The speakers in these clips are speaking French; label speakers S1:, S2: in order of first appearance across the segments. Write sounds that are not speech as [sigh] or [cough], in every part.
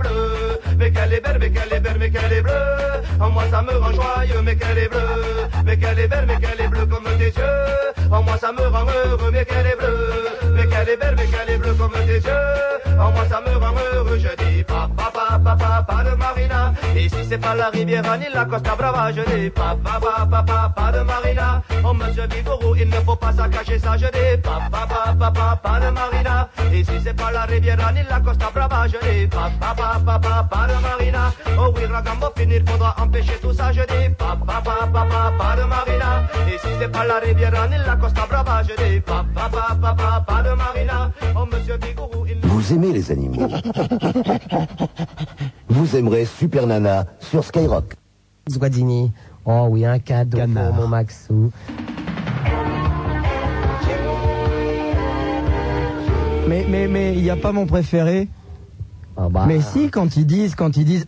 S1: bleue, mais qu'elle est belle, mais qu'elle est belle, mais qu'elle est bleue. En moi ça me rend joyeux, mais qu'elle est bleue, mais qu'elle est belle, mais qu'elle est bleue comme tes yeux. En moi ça me rend heureux, mais qu'elle est bleue, mais qu'elle est belle, mais qu'elle est bleue comme tes yeux. En moi ça me rend heureux, je dis papa, papa, papa de Marina. Et si c'est pas la Riviera ni la Costa Brava, je dis papa, papa, papa de Marina. Oh monsieur Vivoro, il ne faut pas s'accacher ça, je dis papa, papa, papa de Marina. Et si c'est pas la Riviera ni la Costa Brava, je dis papa, papa, papa de Marina. Oh oui, Ragambo, finir faudra empêcher tout ça, je dis papa, papa, papa de Marina. Et si c'est pas la Riviera ni la Costa Brava, je dis papa, papa, papa de Marina. Oh monsieur Vigoro, il ne
S2: Vous aimez les animaux Vous aimerez Super Nana sur Skyrock.
S3: Zguadini. Oh oui, un cadeau
S4: Canard.
S3: pour mon Maxou.
S4: Mais mais mais il n'y a pas mon préféré.
S3: Ah bah,
S4: Mais si quand ils disent quand ils disent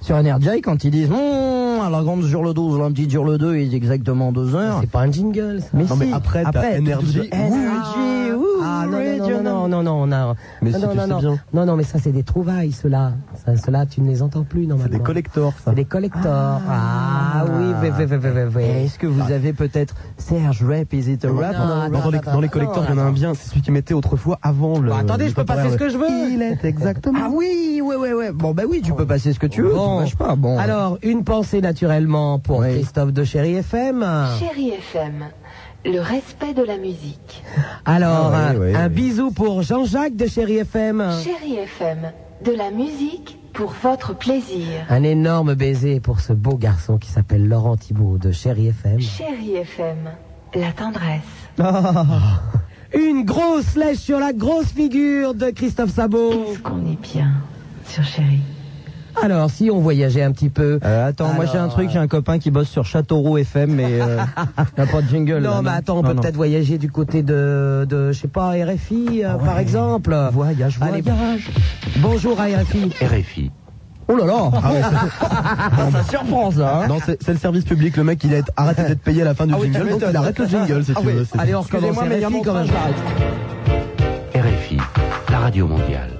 S4: sur Energy quand ils disent Hum, alors grande jour le 12, lundi jour le 2, il est exactement 2 heures.
S3: C'est pas un jingle, ça.
S4: Ah. Mais
S5: Non,
S4: si,
S5: mais après, t'as Energy,
S4: Ah, Energy, ouh,
S3: Ah, non, non, non,
S4: Regional.
S3: non, non, non, non, non.
S5: Mais
S3: non,
S5: si,
S3: non,
S5: tu
S3: non,
S5: sais
S3: non.
S5: bien.
S3: Non, non, mais ça, c'est des trouvailles, ceux-là. Ça, Ceux-là, tu ne les entends plus,
S5: C'est
S3: normalement.
S5: des collectors, ça.
S3: C'est des collectors. Ah, oui, oui, oui, oui, oui, oui. Ah.
S4: Et Est-ce que vous avez peut-être Serge Rap, Is it a
S5: Ouais,
S4: rap
S3: non,
S5: dans,
S3: attends,
S5: dans les,
S3: attends,
S5: dans les
S3: attends,
S5: collectors, il y en a un
S3: attends.
S5: bien, c'est celui qui mettait autrefois avant le.
S3: Bah, attendez, je peux passer ce que je veux.
S5: Il est exactement.
S4: Ah oui, ouais, ouais, ouais. Bon, bah oui, tu peux passer ce que tu veux.
S3: Bon.
S4: tu me lâches pas. Bon.
S3: Alors, une pensée naturellement pour
S4: Oui.
S3: Christophe de Chéri FM.
S6: Chérie FM, le respect de la musique.
S3: Alors,
S5: Ah, oui,
S3: un,
S5: oui,
S3: un
S5: oui.
S3: bisou pour Jean-Jacques de Chéri FM.
S6: Chérie FM, de la musique pour votre plaisir.
S3: Un énorme baiser pour ce beau garçon qui s'appelle Laurent Thibault de Chéri FM.
S6: Chérie FM, la tendresse.
S3: Une grosse lèche sur la grosse figure de Christophe Sabot.
S6: Qu'est-ce qu'on est bien sur Chérie.
S3: Alors, si on voyageait un petit peu.
S4: Euh, attends, moi j'ai un
S3: Alors,
S4: truc, j'ai un copain qui bosse sur Châteauroux FM, mais euh, il n'y a pas de jingle. là,
S3: Non, mais attends, on peut
S4: Non, non.
S3: peut-être voyager du côté de, de je sais pas, RFI, euh, par exemple.
S4: Ah Voyage,
S3: Allez,
S4: voyage.
S3: bonjour à RFI.
S2: RFI.
S4: Oh là [laughs] là ça, surprend ça. hein.
S5: Ah Non, c'est c'est le service public, le mec il a arrêté d'être payé à la fin du
S4: Ah oui, tu
S5: jingle, donc
S4: m'étonnes.
S5: il arrête le jingle si
S4: Ah
S5: tu
S4: oui.
S5: veux. c'est-
S3: Allez, on recommence.
S4: Excusez-moi, mais il y a
S3: RFI,
S4: mon
S3: quand même.
S4: train, j'arrête.
S2: RFI, la radio mondiale.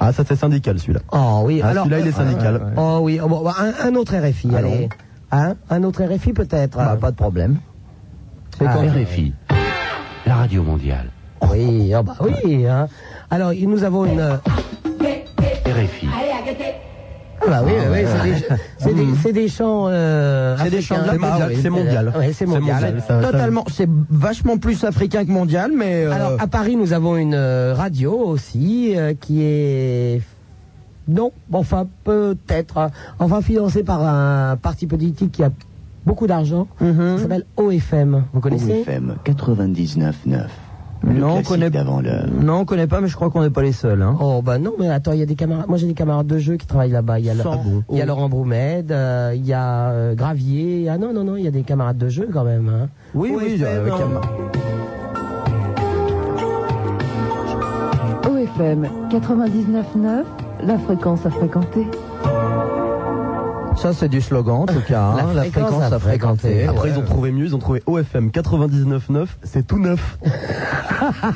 S5: Ah, ça c'est syndical celui-là.
S3: Oh oui,
S5: Ah,
S3: alors.
S5: celui-là il est syndical.
S3: Oh oui, oh, bon, bah, un, un autre RFI,
S4: Allons.
S3: allez. Hein un autre RFI peut-être Ah,
S4: Bah, pas de problème. C'est quand-
S2: RFI, la radio mondiale.
S3: Oui, ah bah oui. hein. Alors, y- nous avons une. euh,
S2: RFI,
S3: Ah bah oui, oui, oui, c'est des-
S4: [laughs]
S3: c'est des, c'est des chants. euh,
S4: C'est des chants de
S3: africains.
S4: là-bas,
S3: Ah,
S4: oui.
S3: oui,
S5: c'est mondial.
S3: Ouais, c'est mondial.
S5: mondial, ça- ça-
S4: Totalement, c'est vachement plus africain que mondial, mais. euh,
S3: Alors, à Paris, nous avons une euh, radio aussi euh, qui est. Non, enfin, peut-être. euh, Enfin, financée par un parti politique qui a beaucoup d'argent.
S4: mhm.
S3: Ça s'appelle OFM. Vous connaissez
S7: FM 99.9. Le
S4: Non, on
S7: classique
S4: connaît.
S7: d'avant l'heure.
S4: Non, on connaît pas, mais je crois qu'on n'est pas les seuls. Hein.
S3: Oh, bah non, mais attends, il y a des camarades. Moi, j'ai des camarades de jeu qui travaillent là-bas. Il y a, le-
S4: Ah bon
S3: il y a Laurent Broumède, euh, il y a euh, Gravier. Ah non, non, non, il y a des camarades de jeu quand même. hein.
S4: Oui,
S3: Oui,
S4: oui, euh,
S3: c'est bon.
S4: Cam-
S8: OFM 99.9, la fréquence à fréquenter.
S4: Ça, c'est du slogan, en tout cas. hein.
S5: [laughs]
S3: La fréquence à
S4: Ah
S3: fréquenter.
S5: Après,
S3: Ouais.
S5: ils ont trouvé mieux, ils ont trouvé OFM 99.9, c'est tout
S4: [laughs]
S5: neuf.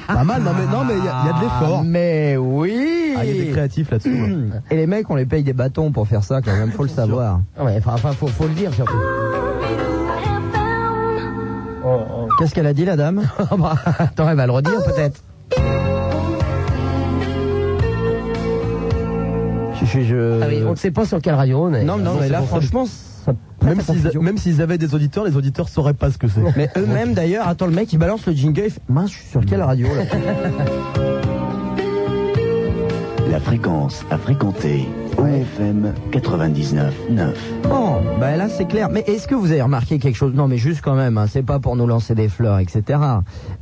S5: Pas mal, non mais non mais il y, a il y a de l'effort.
S4: Ah, Mais oui
S5: Ah, il y a des créatifs là-dessous. hein.
S4: [clears throat] Et les mecs, on les paye des bâtons pour faire ça quand même, faut le savoir.
S3: Ah Ouais, enfin, enfin, faut, faut le dire surtout.
S4: Qu'est-ce qu'elle a dit,
S5: [laughs]
S4: la dame
S3: Ah bah, attends, elle va le redire peut-être.
S4: je, je- je-
S3: Ah oui, on ne sait pas sur quelle radio on est.
S4: Non, non,
S5: euh, Non,
S4: mais
S5: c'est
S4: là,
S5: pour ça que-
S4: franchement, ça prête
S5: Même
S4: à
S5: s'ils
S4: confusion.
S5: même s'ils avaient des auditeurs, les auditeurs sauraient pas ce que c'est.
S4: Mais eux-mêmes, d'ailleurs, attends, le mec, il balance le jingle, il fait Mince, je suis sur quelle radio là
S7: [laughs] La fréquence à fréquenter. OFM 99.9.
S4: Bon, ben là c'est clair. Mais est-ce que vous avez remarqué quelque chose Non, mais juste quand même, hein, c'est pas pour nous lancer des fleurs, etc.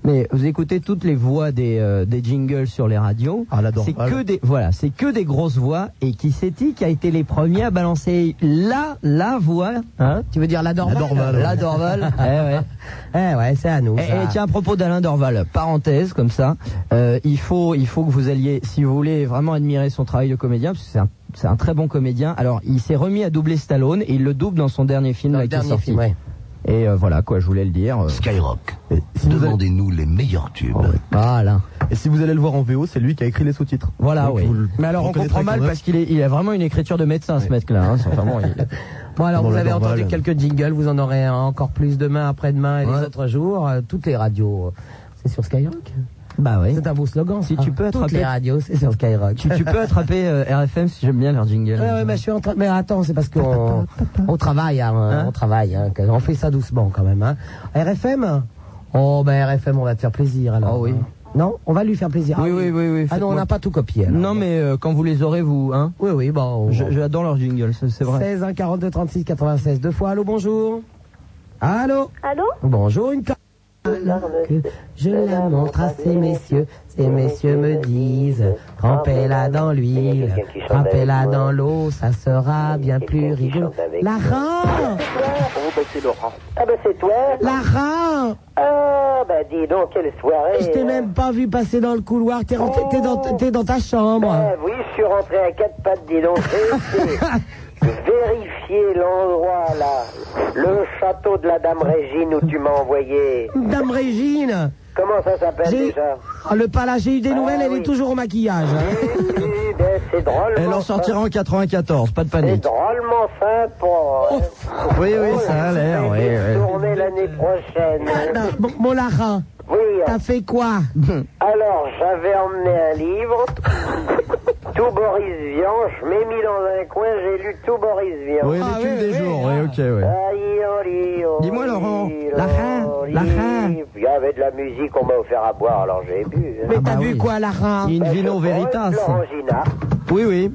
S4: Mais vous écoutez toutes les voix des, euh, des jingles sur les radios.
S5: Ah, la
S4: c'est
S5: Dorval.
S4: que des voilà, c'est que des grosses voix. Et qui c'est qui a été les premiers à balancer la la voix hein
S3: Tu veux dire la Dorval
S5: La Dorval, ouais.
S3: [laughs]
S4: La Dorval. eh ouais.
S3: Eh ouais, c'est à nous.
S4: Eh,
S3: ça.
S4: eh, tiens, à propos d'Alain Dorval, parenthèse comme ça, euh, il faut il faut que vous alliez, si vous voulez vraiment admirer son travail de comédien, parce que c'est un c'est un très bon comédien. Alors, il s'est remis à doubler Stallone et il le double dans son dernier film
S3: Dans
S4: là,
S3: le
S4: qui est
S3: dernier
S4: sorti.
S3: film, ouais.
S4: Et euh, voilà quoi, je voulais le dire. euh,
S2: Skyrock.
S4: et si vous avez-
S2: Oh, Demandez-nous les meilleurs tubes.
S4: Voilà.
S5: Et si vous allez le voir en VO, c'est lui qui a écrit les sous-titres.
S4: Voilà,
S5: Donc,
S4: oui.
S5: vous le
S4: Mais alors on
S5: reconnaîtrez
S4: comprend
S5: quand
S4: mal
S5: même.
S4: parce qu'il est- il a vraiment une écriture de médecin, ce mec-là. hein. Enfin, bon, il-
S5: [laughs]
S3: Bon, alors
S5: Bon,
S3: vous
S5: la
S3: avez
S5: normale.
S3: entendu quelques jingles, vous en aurez encore plus demain, après-demain et les
S4: Ouais.
S3: autres jours. Euh, Toutes les radios, euh, c'est sur Skyrock
S4: Bah oui.
S3: C'est un beau slogan.
S4: Si
S3: ça.
S4: tu peux
S3: Toutes
S4: attraper-
S3: les radios, c'est sur Skyrock.
S4: Tu,
S3: [laughs]
S4: tu peux attraper euh, RFM si j'aime bien leur jingle.
S3: Ouais, ouais, mais je suis en train. Mais attends, c'est parce qu'on Oh. on travaille, hein, on travaille. hein, que- on fait ça doucement quand même. Hein. RFM Oh, ben RFM, on va te faire plaisir alors.
S4: Oh oui.
S3: hein. Non, on va lui faire plaisir.
S4: Oui,
S3: Ah,
S4: oui, oui, oui,
S3: Ah non, on
S4: faites-moi-
S3: n'a pas tout copié. alors.
S4: Non mais euh, quand vous les aurez vous, hein.
S3: Oui, oui, bon.
S4: Je-
S3: bon.
S4: J'adore leur jingle, c'est c'est vrai.
S3: 16 1 42 36 96 deux fois. Allô, bonjour. Allô.
S9: Allô
S3: Bonjour, une corde que je la montre à ces messieurs. Ces messieurs me disent, trempez-la dans l'huile, trempez-la dans l'eau, ça sera bien plus rigolo. Lara
S9: Ah
S3: bah,
S9: ben c'est toi
S3: Lara
S9: Ah ben dis donc, quelle soirée
S3: Je t'ai même pas vu passer dans le couloir, t'es rentré- t'es dans, t'es dans ta chambre.
S9: Ah oui, je suis rentré à quatre pattes, dis donc. J'ai
S3: [laughs]
S9: été
S3: Eh.
S9: Vérifier l'endroit là, le château de la Dame Régine où tu m'as envoyé.
S3: Dame Régine,
S9: Comment ça s'appelle
S3: j'ai...
S9: déjà
S3: Ah, le palace, j'ai eu des nouvelles, elle est toujours au maquillage. hein.
S9: Eh ben, C'est drôlement.
S4: Elle en sortira en 94, pas de
S9: fin. C'est
S4: panique.
S9: drôlement fin pour. hein.
S4: Oui, oui,
S9: Oh,
S4: ça a l'air,
S9: je
S4: oui,
S9: vais
S4: oui.
S9: Tourner l'année prochaine.
S3: Ah, Bon, mon Lara,
S9: Oui,
S3: t'as fait quoi
S4: Ah,
S9: Alors, j'avais emmené
S3: [laughs]
S9: un livre, tout Boris Vian, je m'ai mis dans un coin, j'ai lu tout Boris Vian.
S4: Oui,
S3: Ah,
S4: l'étude
S3: oui,
S4: des
S3: oui,
S4: jours,
S3: ah.
S4: oui, ok, oui.
S9: Aïe, oli, oli,
S4: Dis-moi, Laurent,
S9: oli,
S4: la fin, la fin.
S9: Il y avait de la musique, on m'a offert à boire, alors j'ai bu.
S3: Mais
S4: Ah, bah
S3: t'as bu
S4: oui.
S3: quoi, Lara
S4: In
S9: Ben,
S4: vino
S9: je prends
S4: veritas.
S9: L'orangina,
S4: Oui, oui.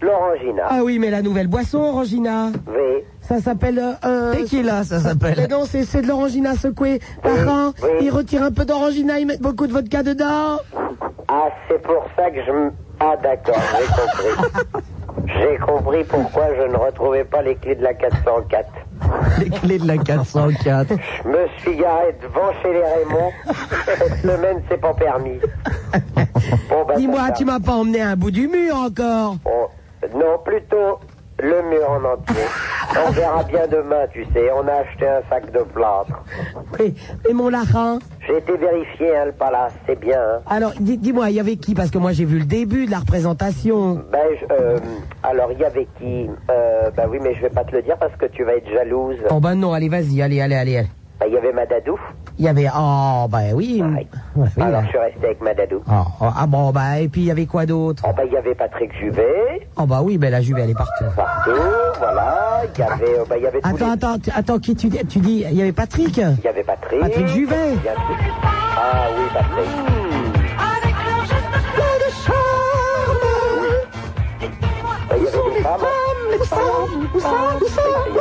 S9: l'orangina,
S3: Ah oui, mais la nouvelle boisson, Orangina.
S9: oui.
S3: Ça s'appelle. euh, Euh,
S4: Tequila, ça
S3: mais
S4: s'appelle.
S3: non, c'est c'est de l'orangina secouée. Lara,
S9: Oui.
S3: ils retirent un peu d'orangina, ils mettent beaucoup de vodka dedans.
S9: Ah, c'est pour ça que je me... Ah, d'accord, j'ai
S4: [laughs]
S9: compris. j'ai compris pourquoi je ne retrouvais pas les clés de la 404.
S4: Les clés de la 404.
S9: Je me suis garé devant chez
S4: [laughs]
S9: les Raymond. Cette semaine, c'est pas permis. Bon, bah,
S3: [laughs] Dis-moi,
S9: ça
S3: tu
S9: va.
S3: m'as pas emmené à un bout du mur encore.
S9: Bon, non, plutôt le mur en entier. On verra bien demain, tu sais. On a acheté un sac de plâtre.
S3: Et, mon Lara.
S9: J'ai été vérifié, hein, le palace. C'est bien, hein.
S3: Alors, dis- dis-moi, il y avait qui Parce que moi, j'ai vu le début de la représentation.
S9: Ben, je- euh, alors, il y avait qui euh, Ben oui, mais je vais pas te le dire parce que tu vas être jalouse. Ben,
S3: Oh, ben non, allez, vas-y, allez, allez, allez.
S9: Il y avait Madadou.
S3: Il y avait. Oh, ben oui.
S9: Pareil.
S3: Ouais, oui,
S9: alors,
S3: là.
S9: je suis resté avec Madadou.
S3: Oh, oh, ah bon, bah, et puis il y avait quoi d'autre
S9: Oh, ben, il y avait Patrick Juvet,
S3: Oh, bah oui, ben la juve, elle est partout.
S9: partout, voilà. Il y avait, euh, ben, il y avait tous
S3: Attends,
S9: les-
S3: attends, tu- attends, qui tu dis Tu dis, il y avait Patrick
S9: Il y avait Patrick.
S3: Patrick Juvet.
S9: Il y avait- Ah oui, Patrick. Il y avait des femmes. Il y avait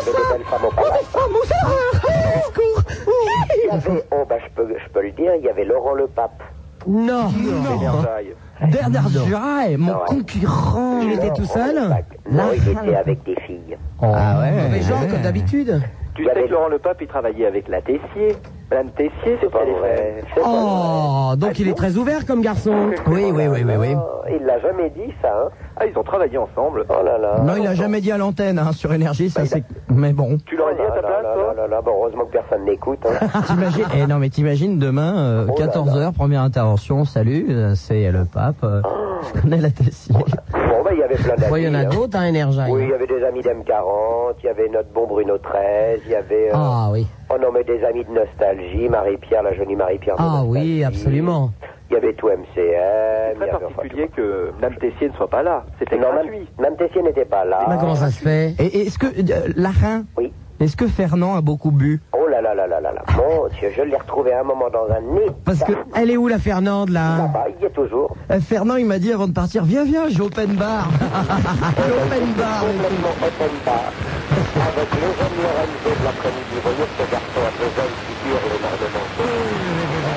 S9: des belles femmes au palace.
S3: euh,
S9: Il y avait, oh bah je peux, je peux le dire, il y avait Laurent le Pape.
S3: Non,
S9: Versailles.
S4: Bernard Duray, mon
S9: Non, ouais.
S4: concurrent.
S3: Il était
S9: Non,
S3: tout
S9: on
S3: seul
S9: est pas- Non, il était avec des filles.
S4: Ah ouais.
S3: mais genre comme d'habitude.
S9: Tu sais que Laurent le Pape, il travaillait avec la Tessier. Madame Tessier, c'est pas vrai. C'est pas
S3: Oh,
S9: vrai.
S3: donc
S9: Ah,
S3: il est
S9: non.
S3: très ouvert comme garçon.
S4: Oui, oui, oui, oui, oui.
S9: Oh, Il l'a jamais dit ça, hein Ah, ils ont travaillé ensemble. Oh là là.
S4: Non, il a jamais dit à l'antenne hein, sur énergie, ça c'est. Mais bon,
S9: Tu [laughs] l'aurais dit à ta place, toi Oh là, là, bon, heureusement que personne n'écoute.
S3: [laughs]
S9: hein.
S4: t'imagines. Eh non, mais t'imagines demain, euh,
S9: Oh là
S4: 14 h première intervention. Salut, euh, c'est le pape. euh,
S9: Oh.
S4: [laughs] Je connais la Tessie.
S9: bon, bah, il y avait plein d'amis.
S3: Bon, il y en a
S9: hein.
S3: d'autres, hein, Energy.
S9: Oui, il y avait des amis d'M40, il y avait notre bon Bruno 13, il y avait... euh,
S3: Ah oui.
S9: Oh non, mais des amis de nostalgie, Marie-Pierre, la jolie Marie-Pierre. de
S3: Ah oui,
S9: Nostalgie.
S3: absolument.
S9: Il y avait tout MCM. C'est
S10: très particulier que Mme Tessier ne soit pas là. C'était
S9: non, même,
S10: gratuit.
S9: même Tessier n'était pas là.
S3: Mais comment ça se fait
S4: Et est-ce que euh,
S3: Hein?
S4: Larin,
S9: Oui.
S4: est-ce que Fernand a beaucoup bu
S9: Oh là là là là là là. Mon Dieu, je l'ai retrouvé à un moment dans un nid.
S4: Parce que
S3: Elle est où la Fernande là
S9: Là-bas, il y est toujours.
S4: euh, Fernand, il m'a dit avant de partir, viens, viens, j'ai open bar. [laughs] j'ai open bar.
S9: Complètement open bar. Avec les hommes Lorenzo de l'après-midi. Voyez ce garçon à deux hommes qui hurle énormément.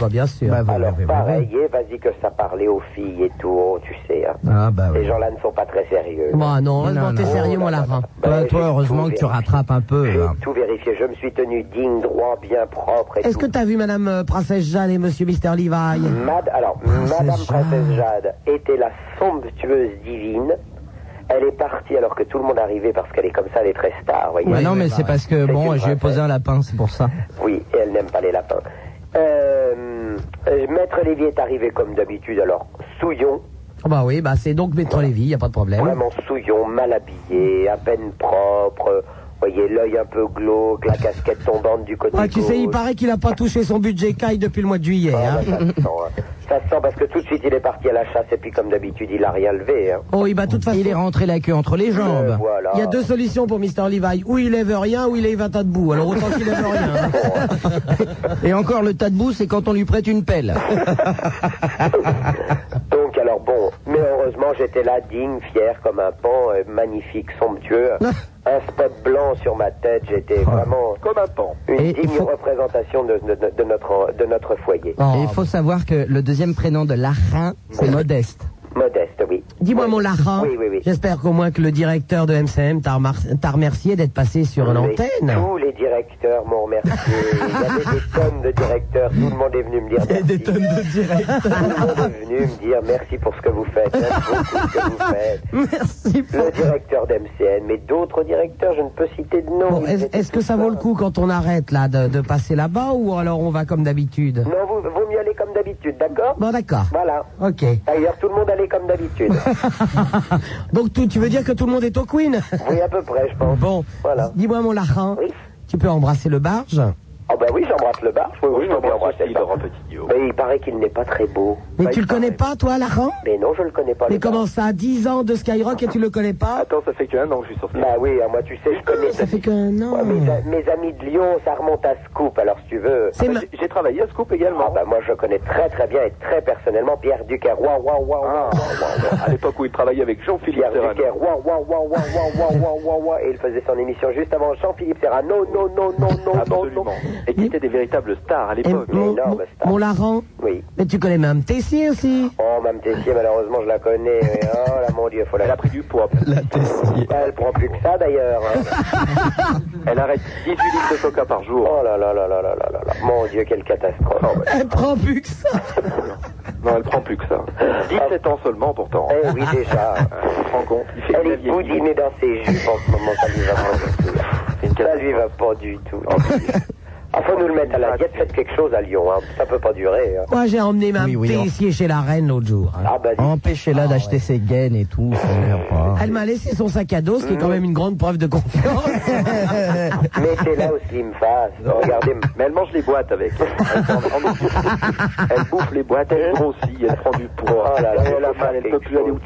S3: Bah bien sûr.
S4: Bah, voilà,
S9: Ah, Alors,
S4: voilà, voilà.
S9: pareil, et vas-y que ça parlait aux filles et tout, oh, tu sais. Hein.
S4: Ah bah
S9: Ces
S4: oui.
S9: gens-là ne sont pas très sérieux.
S3: Bon, Bah, non, heureusement
S4: Non,
S3: t'es
S4: non.
S3: sérieux,
S9: Oh
S3: moi,
S9: là là
S3: Lara.
S9: là.
S4: Toi,
S9: Ouais,
S4: toi,
S9: j'ai
S4: heureusement que tu
S9: trouvé.
S4: rattrapes un
S9: J'ai
S4: peu. hein.
S9: tout vérifié, je me suis tenu digne, droit, bien propre et
S3: Est-ce que
S9: tout.
S3: t'as vu Madame euh, Princesse Jeanne et Monsieur Mister Levi
S4: Bah,
S3: Ah,
S9: Mad- Alors, Madame Princesse Jade était la somptueuse divine. elle est partie alors que tout le monde arrivait parce qu'elle est comme ça, elle est très star. voyez.
S4: Bah non, mais c'est parce que bon, je lui ai posé un lapin, c'est pour ça.
S9: Oui, et elle n'aime pas les lapins. Euh, euh, Maître Lévy est arrivé comme d'habitude, alors souillon,
S3: Ah Bah oui, bah c'est donc Maître Lévy, y a pas de problème.
S9: vraiment souillon, mal habillé, à peine propre, euh, voyez l'œil un peu glauque, la casquette tombante du côté
S3: Ah, tu sais, il
S9: gauche.
S3: paraît qu'il a pas touché son budget caille depuis le mois de juillet.
S9: Ah,
S3: hein.
S9: bah, ça se sent, hein. Ça se sent parce que tout de suite il est parti à la chasse et puis comme d'habitude il a rien
S3: [laughs]
S9: levé. Hein.
S3: Oh, il va de toute façon.
S4: Il est rentré la queue entre les
S9: Euh,
S4: jambes.
S9: voilà.
S3: Il y a deux solutions pour Mister Levi. Ou il lève rien, ou il lève un tas de boue. Alors autant qu'il lève rien.
S4: [laughs] Et encore, le tas de boue, c'est quand on lui prête
S3: [laughs]
S4: une pelle.
S9: Donc alors bon, mais heureusement j'étais là digne, fier comme un pan, euh, magnifique, somptueux. un spot blanc sur ma tête, j'étais vraiment
S10: Comme un pan.
S9: une
S4: Et il
S9: digne
S4: faut-
S9: représentation de, de- de notre, de notre foyer.
S4: Et il faut savoir que le deuxième prénom de Larin, c'est Modeste.
S9: Modeste, oui.
S3: Dis-moi
S9: Oui.
S3: mon Laurent.
S9: Oui, oui, oui.
S3: J'espère qu'au moins que le directeur de MCM t'a remar- t'a remercié d'être passé sur
S9: Mais
S3: l'antenne.
S9: Tous les directeurs m'ont remercié. Il y avait des tonnes de directeurs. Tout le monde est venu me
S3: [laughs]
S9: dire merci.
S3: de direct.
S9: Tout le monde est venu me dire merci pour ce que vous faites. J'aime beaucoup ce que vous faites.
S3: Merci.
S9: Le directeur d'MCN, mais d'autres directeurs, je ne peux citer de nom.
S3: Bon, est- Est-ce que ça vaut le coup quand on arrête là de, de passer là-bas ou alors on va comme d'habitude
S9: Non, vous, vaut mieux aller comme d'habitude, d'accord
S3: Bon d'accord.
S9: Voilà.
S3: Ok.
S9: D'ailleurs, tout le monde allait
S3: [laughs]
S9: comme d'habitude.
S3: Donc tout, tu veux dire que tout le monde est au Queen
S9: oui, à peu près, je pense.
S3: Bon,
S9: Voilà.
S3: dis-moi mon Laurent,
S9: Oui.
S3: tu peux embrasser le barge
S9: Ah ben oui, j'embrasse le bar. Oui, oui, je peux bien
S10: m'embrasse
S9: embrasser
S10: aussi,
S9: le bar.
S10: Laurent Petitot.
S9: Mais il paraît qu'il n'est pas très beau.
S3: Mais
S9: Bah,
S3: tu
S9: il
S3: le connais
S9: paraît.
S3: pas toi Laurent
S9: Mais non, je le connais pas.
S3: Mais
S9: le bar.
S3: comment ça 10 ans de Skyrock et tu le connais pas
S10: Attends, ça fait qu'un an que je suis sorti.
S9: Bah oui, hein, moi tu sais, je connais.
S3: Ça fait qu'un
S9: Ouais, mes,
S3: an.
S9: a- mes amis de Lyon, ça remonte à Scoop, alors si tu veux.
S3: C'est ma-
S10: J'ai- J'ai travaillé à Scoop
S9: Ah,
S10: également.
S9: bah, moi je connais très très bien et très personnellement Pierre Duquet. Waouh, waouh, waouh,
S10: Ah,
S9: waouh, waouh, waouh.
S10: à l'époque où il travaillait avec Jean-Philippe
S9: Pierre
S10: Serrano.
S9: Duquet, waouh, waouh, waouh, waouh, waouh, waouh, waouh, waouh. Et il faisait son émission juste avant Jean-Philippe Serrano. Non, non, non, non, non, non.
S10: Absolument. Et qui étaient des véritables stars à l'époque.
S9: Eh,
S3: mon,
S9: énorme
S3: mon-
S9: star.
S3: mon Laurent,
S9: Oui.
S3: mais tu connais même Tessier aussi
S9: Oh, Mme Tessier, malheureusement, je la connais. mais oh là, mon Dieu, faut la.
S10: Elle a pris du poids.
S5: La Tessie.
S9: Elle prend plus que ça d'ailleurs. hein.
S10: Elle arrête 18 litres de coca par jour.
S9: Oh là là là là là là là là. Mon Dieu, quelle catastrophe.
S3: Elle prend plus que ça.
S10: Non, elle prend plus que ça. 17 ans seulement pourtant.
S9: Eh oui,
S10: [laughs]
S9: déjà.
S10: Tu te rends compte Il fait
S9: Elle
S10: bien
S9: est
S10: vieillir.
S9: boudinée dans ses jupes en ce moment, ça lui va pas du tout.
S10: C'est une
S9: Ça
S10: catastrophe.
S9: lui va pas du tout. Ah, faut nous le mettre à la diète, faites quelque chose à Lyon, hein. ça peut pas durer. hein.
S3: Moi j'ai emmené Mme
S4: Oui, oui,
S3: Tessier chez la reine l'autre jour. hein.
S9: Ah bah dis-
S4: Empêchez-la d'acheter ses gaines et tout. ça ne va pas.
S3: Elle m'a laissé son sac à dos, ce qui est quand même une grande preuve de confiance.
S9: mettez-la aussi une face. Regardez,
S10: Mais elle mange les boîtes avec. Elle, prend- elle bouffe les boîtes, elle grossit, elle prend du poids.
S9: Oh là là,
S10: elle a
S9: faut faire
S10: mal, elle peut
S9: quelque
S10: plus aller
S9: chose.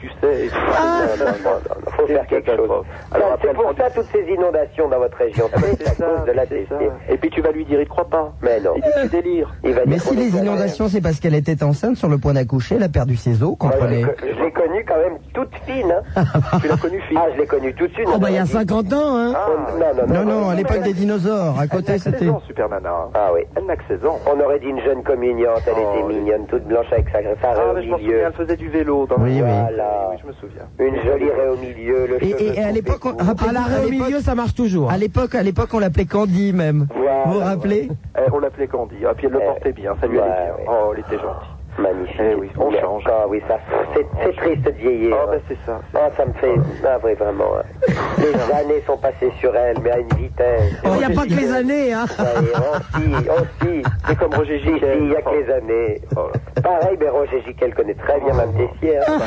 S9: Ah,
S10: où tu sais.
S9: non, non, non, non, faut
S10: C'est
S9: faire
S10: une
S9: quelque chose.
S10: catastrophe. Alors
S9: Non,
S10: après,
S9: c'est
S10: elle
S9: pour
S10: prend
S9: ça toutes ces inondations dans votre région, c'est à cause de la
S10: c'est ça.
S9: Tessier.
S10: Et puis tu vas lui dire, il croit pas.
S9: Mais non.
S10: Il dit, tu délires.
S9: Il va
S4: Mais
S9: dire
S4: si
S9: qu'on est
S4: les
S9: derrière.
S4: inondations, c'est parce qu'elle était enceinte sur le point d'accoucher, elle a perdu ses os,
S9: Moi, je l'ai
S4: comprenez
S9: co- je l'ai connue quand même toute fine. hein.
S10: Tu l'as connu, fille.
S9: Ah, je l'ai connue toute fine.
S3: oh bah il y a
S9: Elle m'a dit-
S3: 50 ans, hein.
S9: Oh, Non, non, non.
S4: Non, non, à l'époque des dinosaures, à
S10: Elle n'a
S4: côté
S10: que 16
S4: Ah, c'était.
S10: ans, Super Nana.
S9: Ah oui.
S10: Elle n'a que 16 hein. ans.
S9: On aurait dit une jeune communiante, elle
S10: Oh,
S9: était
S10: oui.
S9: mignonne, toute blanche avec sa sa raie
S10: Ah,
S9: au
S10: mais je m'en
S9: milieu.
S10: souviens, elle faisait du vélo dans le-
S4: Oui, oui.
S9: Voilà.
S10: Oui, je me souviens.
S9: Une jolie raie au milieu, le
S4: Et,
S9: cheveu
S4: et- et à
S9: coupé
S4: l'époque, on-
S9: court.
S3: À
S4: rappelez-vous,
S3: l'arrêt
S4: à
S3: Ah, au
S4: l'époque-
S3: milieu, ça marche toujours.
S4: à l'époque, à l'époque, on l'appelait Candy même.
S9: Voilà,
S4: vous vous rappelez
S10: Eh, on l'appelait Candy. Ah, puis elle le
S9: Eh,
S10: portait bien. Ça lui
S9: ouais,
S10: allait bien.
S9: ouais.
S10: Oh, elle était gentille.
S9: Magnifique.
S10: Eh oui, on
S9: Mais-
S10: change.
S9: Ah oui, ça, c'est c'est triste de vieillir.
S10: Ah,
S9: hein.
S10: bah, c'est ça. c'est-
S9: Ah, ça me fait. Ah, oui, vraiment. hein.
S10: [laughs]
S9: Les années sont passées sur elle, mais à une vitesse.
S3: Oh, Il n'y a pas que les années, hein.
S9: Ouais, aussi, aussi.
S10: C'est comme Roger
S9: Si, si,
S10: Gicquel.
S9: il n'y a que les années.
S10: Oh là.
S9: Pareil, mais Roger Giquel connaît très bien Mme Tessier. hein.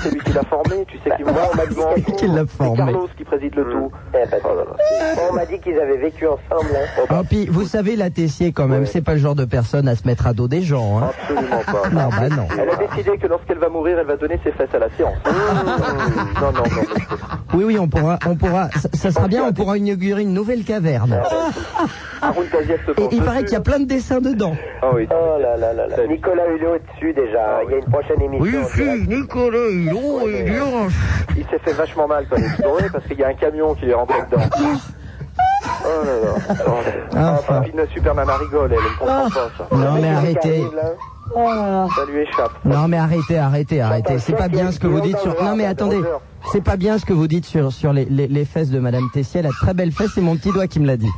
S10: C'est lui qui l'a formé, tu sais qui moi, on m'a dit
S4: C'est lui qui l'a formé.
S10: C'est Carlos qui préside le tout.
S9: Eh ben,
S10: Oh là là.
S9: on m'a dit qu'ils avaient vécu ensemble. hein.
S3: Oh,
S4: Ah, puis, vous savez, la Tessier, quand même, c'est pas le genre de personne à se mettre à dos des gens. Hein.
S10: Absolument pas.
S4: Non, bah non.
S10: Elle a décidé que lorsqu'elle va mourir, elle va donner ses fesses à la science. Non, non, non. non.
S4: Oui, oui, on pourra, on pourra, ça, ça sera bien, on pourra inaugurer une nouvelle caverne.
S10: Arun Taziev se
S4: Et
S10: penche
S4: il paraît
S10: dessus.
S4: qu'il y a plein de dessins dedans.
S10: Ah oui.
S9: Oh là là là là.
S10: Salut. Ah
S9: Nicolas Hulot au-dessus déjà. hein. Il y a une prochaine émission. en direct.
S4: Nicolas Hulot,
S9: il est
S10: Il s'est fait vachement mal quand il est tourné parce qu'il y a un camion qui est rentré dedans. Oh là là. Oh là.
S4: Ah. Enfin. Ah.
S10: Papine Superman elle rigole, elle ne comprend pas ça.
S4: Non, mais
S9: Qui
S4: arrêtez. Oh
S9: arrive, là
S10: Ça lui échappe. [laughs]
S4: Non, mais arrêtez, arrêtez, arrêtez. C'est pas bien ce que vous dites sur, non, mais attendez. C'est pas bien ce que vous dites sur, sur les, les, les fesses de Madame Tessier. Elle a de très belles fesses, c'est mon petit doigt qui me l'a dit.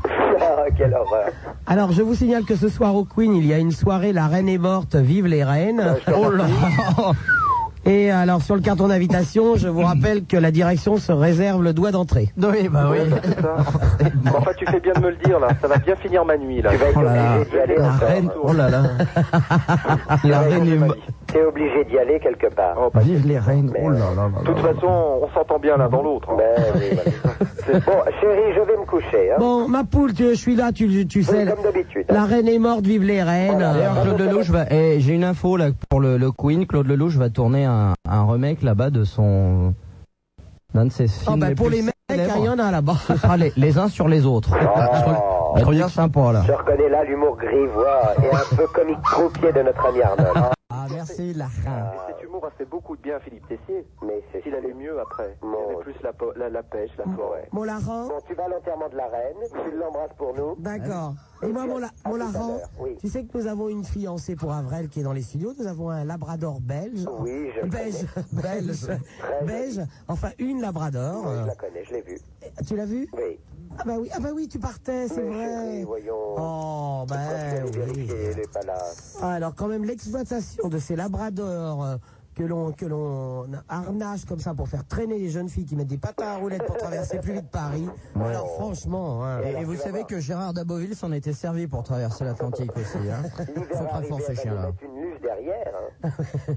S9: Ah, quelle horreur.
S3: Alors je vous signale que ce soir au Queen, il y a une soirée, la reine est morte, vive les reines.
S4: Oh là
S3: [laughs] Et alors, sur le carton d'invitation, je vous rappelle que la direction se réserve le doigt d'entrée.
S4: Oui, bah oui.
S10: C'est ça. Bon, enfin, tu fais bien de me le dire, là. Ça va bien finir ma nuit, là.
S9: Tu vas être
S4: Oh là là.
S9: obligé
S4: La reine, oh là
S9: d'y aller. quelque part.
S4: là. La reine est mo-
S9: T'es obligé d'y aller quelque part.
S4: Vive les reines. Oh là là là
S10: De
S4: là.
S10: toute façon, on s'entend bien l'un dans l'autre. hein.
S9: Ben oui, voilà.
S10: [laughs]
S9: C'est- Bon, chérie, je vais me coucher. Hein.
S3: Bon, ma poule, tu- je suis là, tu, tu sais.
S9: Oui, comme Oh, d'habitude.
S3: La reine est morte, vive les reines.
S4: D'ailleurs, Claude Lelouch va. eh, J'ai une info là pour le, le Queen. Claude Lelouch va tourner un, un remake là-bas de son d'un de ses films.
S3: Oh, bah,
S4: les
S3: pour
S4: plus
S3: les mecs, il
S4: célèbres.
S3: y en a là-bas.
S4: Ce sera les, les uns sur les autres. Ah,
S9: Oh.
S4: Je trouve bien sympa là.
S9: Je reconnais là l'humour grivois et un peu comique croupier de notre ami Arnold.
S10: [laughs]
S4: Ah merci la reine.
S3: Ah.
S10: Et Cet humour a fait beaucoup de bien à Philippe Tessier.
S9: Mais c'est
S10: S'il allait mieux après, il y
S9: Bon.
S10: avait plus la, po- la, la pêche, la forêt.
S3: Mon larron,
S9: Bon, tu vas à l'enterrement de la reine, tu l'embrasses pour nous.
S3: d'accord. Et moi, mon, la-
S9: À
S3: mon
S9: tout à
S3: larron,
S9: l'heure, oui.
S3: tu sais que nous avons une fiancée pour Avril qui est dans les studios. Nous avons un labrador belge.
S9: Oui,
S3: [laughs]
S9: je le
S3: Belge, belge,
S9: Très
S3: belge. Enfin, une labrador.
S9: Oui, je la connais, je l'ai vue.
S3: Euh, Tu l'as vue
S9: Oui.
S3: Ah bah oui, ah bah oui, tu partais, c'est
S9: Mais
S3: vrai.
S9: chérie, voyons.
S3: Oh, bah
S9: Parce qu'elle est
S3: oui.
S9: vérifiée, Elle est pas
S3: [laughs]
S9: là.
S3: Ah, Alors quand même l'exploitation de ces labradors euh, que l'on que l'on harnache comme ça pour faire traîner les jeunes filles qui mettent des patins à roulettes pour traverser plus vite Paris. Alors franchement, hein.
S4: Et vous savez que Gérard Daboville s'en était servi pour traverser l'Atlantique aussi. Hein.
S9: [laughs]
S4: Ils
S9: L'hiver
S4: sont très
S9: arrivé,
S4: forts ces
S9: elle va
S4: chiens
S9: nous
S3: hein.
S4: là.
S9: mettre une luge derrière.
S3: [laughs]
S9: hein.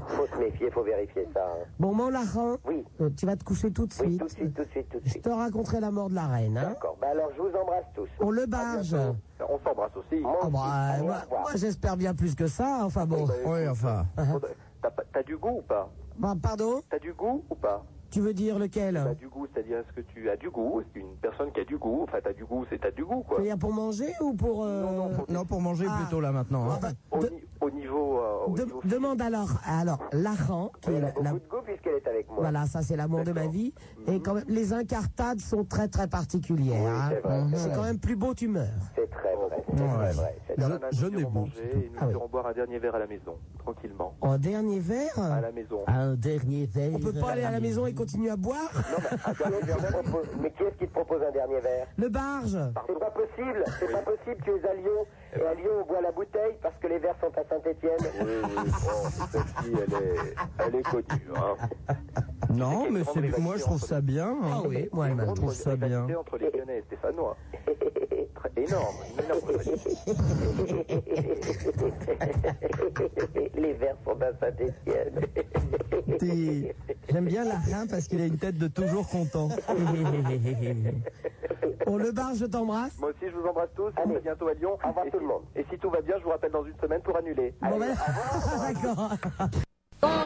S9: faut se méfier, faut vérifier ça. hein.
S3: bon mon larron,
S9: Oui.
S3: euh, tu vas te coucher tout de
S9: Oui,
S3: suite.
S9: tout de suite, tout de suite, tout de
S3: Je
S9: suite.
S3: te raconterai la mort de la reine. Hein.
S9: D'accord. Bah alors, je vous embrasse tous.
S3: On le barge.
S10: On s'embrasse aussi.
S9: Moi
S3: Ah
S9: aussi.
S3: bah, euh,
S9: Allez, au
S3: moi,
S9: revoir.
S3: moi, j'espère bien plus que ça. Enfin bon. Uh-huh.
S4: Oui enfin.
S10: T'as pas- T'as du goût ou pas
S3: Bah, pardon,
S10: T'as du goût ou pas
S3: tu veux dire
S10: T'as
S3: lequel
S10: du goût, c'est-à-dire est-ce que tu as du goût Est-ce qu'une personne qui a du goût Enfin, t'as du goût, c'est t'as du goût, quoi.
S3: Tu veux dire pour manger ou pour euh,
S4: Non pour manger
S3: Ah.
S4: plutôt là maintenant. hein.
S3: Ah bah,
S10: Au,
S3: de-
S10: ni- au niveau. euh, au
S3: de-
S10: niveau physique.
S3: demande alors alors Laran qui est
S9: Elle a
S3: la, la-
S9: beaucoup de goût puisqu'elle est avec moi.
S3: Voilà, ça c'est l'amour de ma vie. Et quand même, les incartades sont très très particulières. hein.
S9: c'est vrai.
S3: Mhm. C'est quand même plus beau, tu meurs.
S9: C'est très
S3: oh,
S9: vrai. C'est très vrai. C'est
S10: Madame Anna,
S9: très vrai.
S10: nous
S5: je n'ai
S10: irons
S5: bon.
S10: manger et nous
S3: Ah oui.
S10: irons boire un dernier verre à la maison, tranquillement.
S3: En dernier verre,
S10: À la maison.
S4: Un dernier verre.
S3: on peut pas aller à la maison et continuer à boire
S9: Ah, tiens,
S3: [laughs]
S9: je te propose- Mais qui est-ce qui te propose un dernier verre
S3: Le barge
S9: C'est pas possible, c'est pas possible, tu es à Lyon. Et à Lyon, on boit la bouteille parce que les verres sont à Saint-Etienne.
S10: Eh ben. Oui, oui, bon, cette fille, elle est, elle est connue. Hein.
S4: Non mais c'est- moi je trouve ça bien. hein.
S3: Ah oui, moi elle m'a
S4: Je trouve ça bien.
S10: Rivalité entre les Lyonnais et Stéphanois. Très énorme, une énorme rivalité.
S9: [laughs] les verres sont à Saint-Etienne.
S4: T'es- J'aime bien Larin parce qu'il a une tête de toujours content.
S3: Bon, le barge, je t'embrasse.
S10: Moi aussi, je vous embrasse tous.
S9: Allez.
S10: À bientôt à Lyon.
S9: Au revoir
S10: Et
S9: tout
S10: si-
S9: le monde.
S4: ben, [laughs]
S10: Et si tout va bien, je vous rappelle dans une semaine pour annuler.
S3: Bon, ben, d'accord.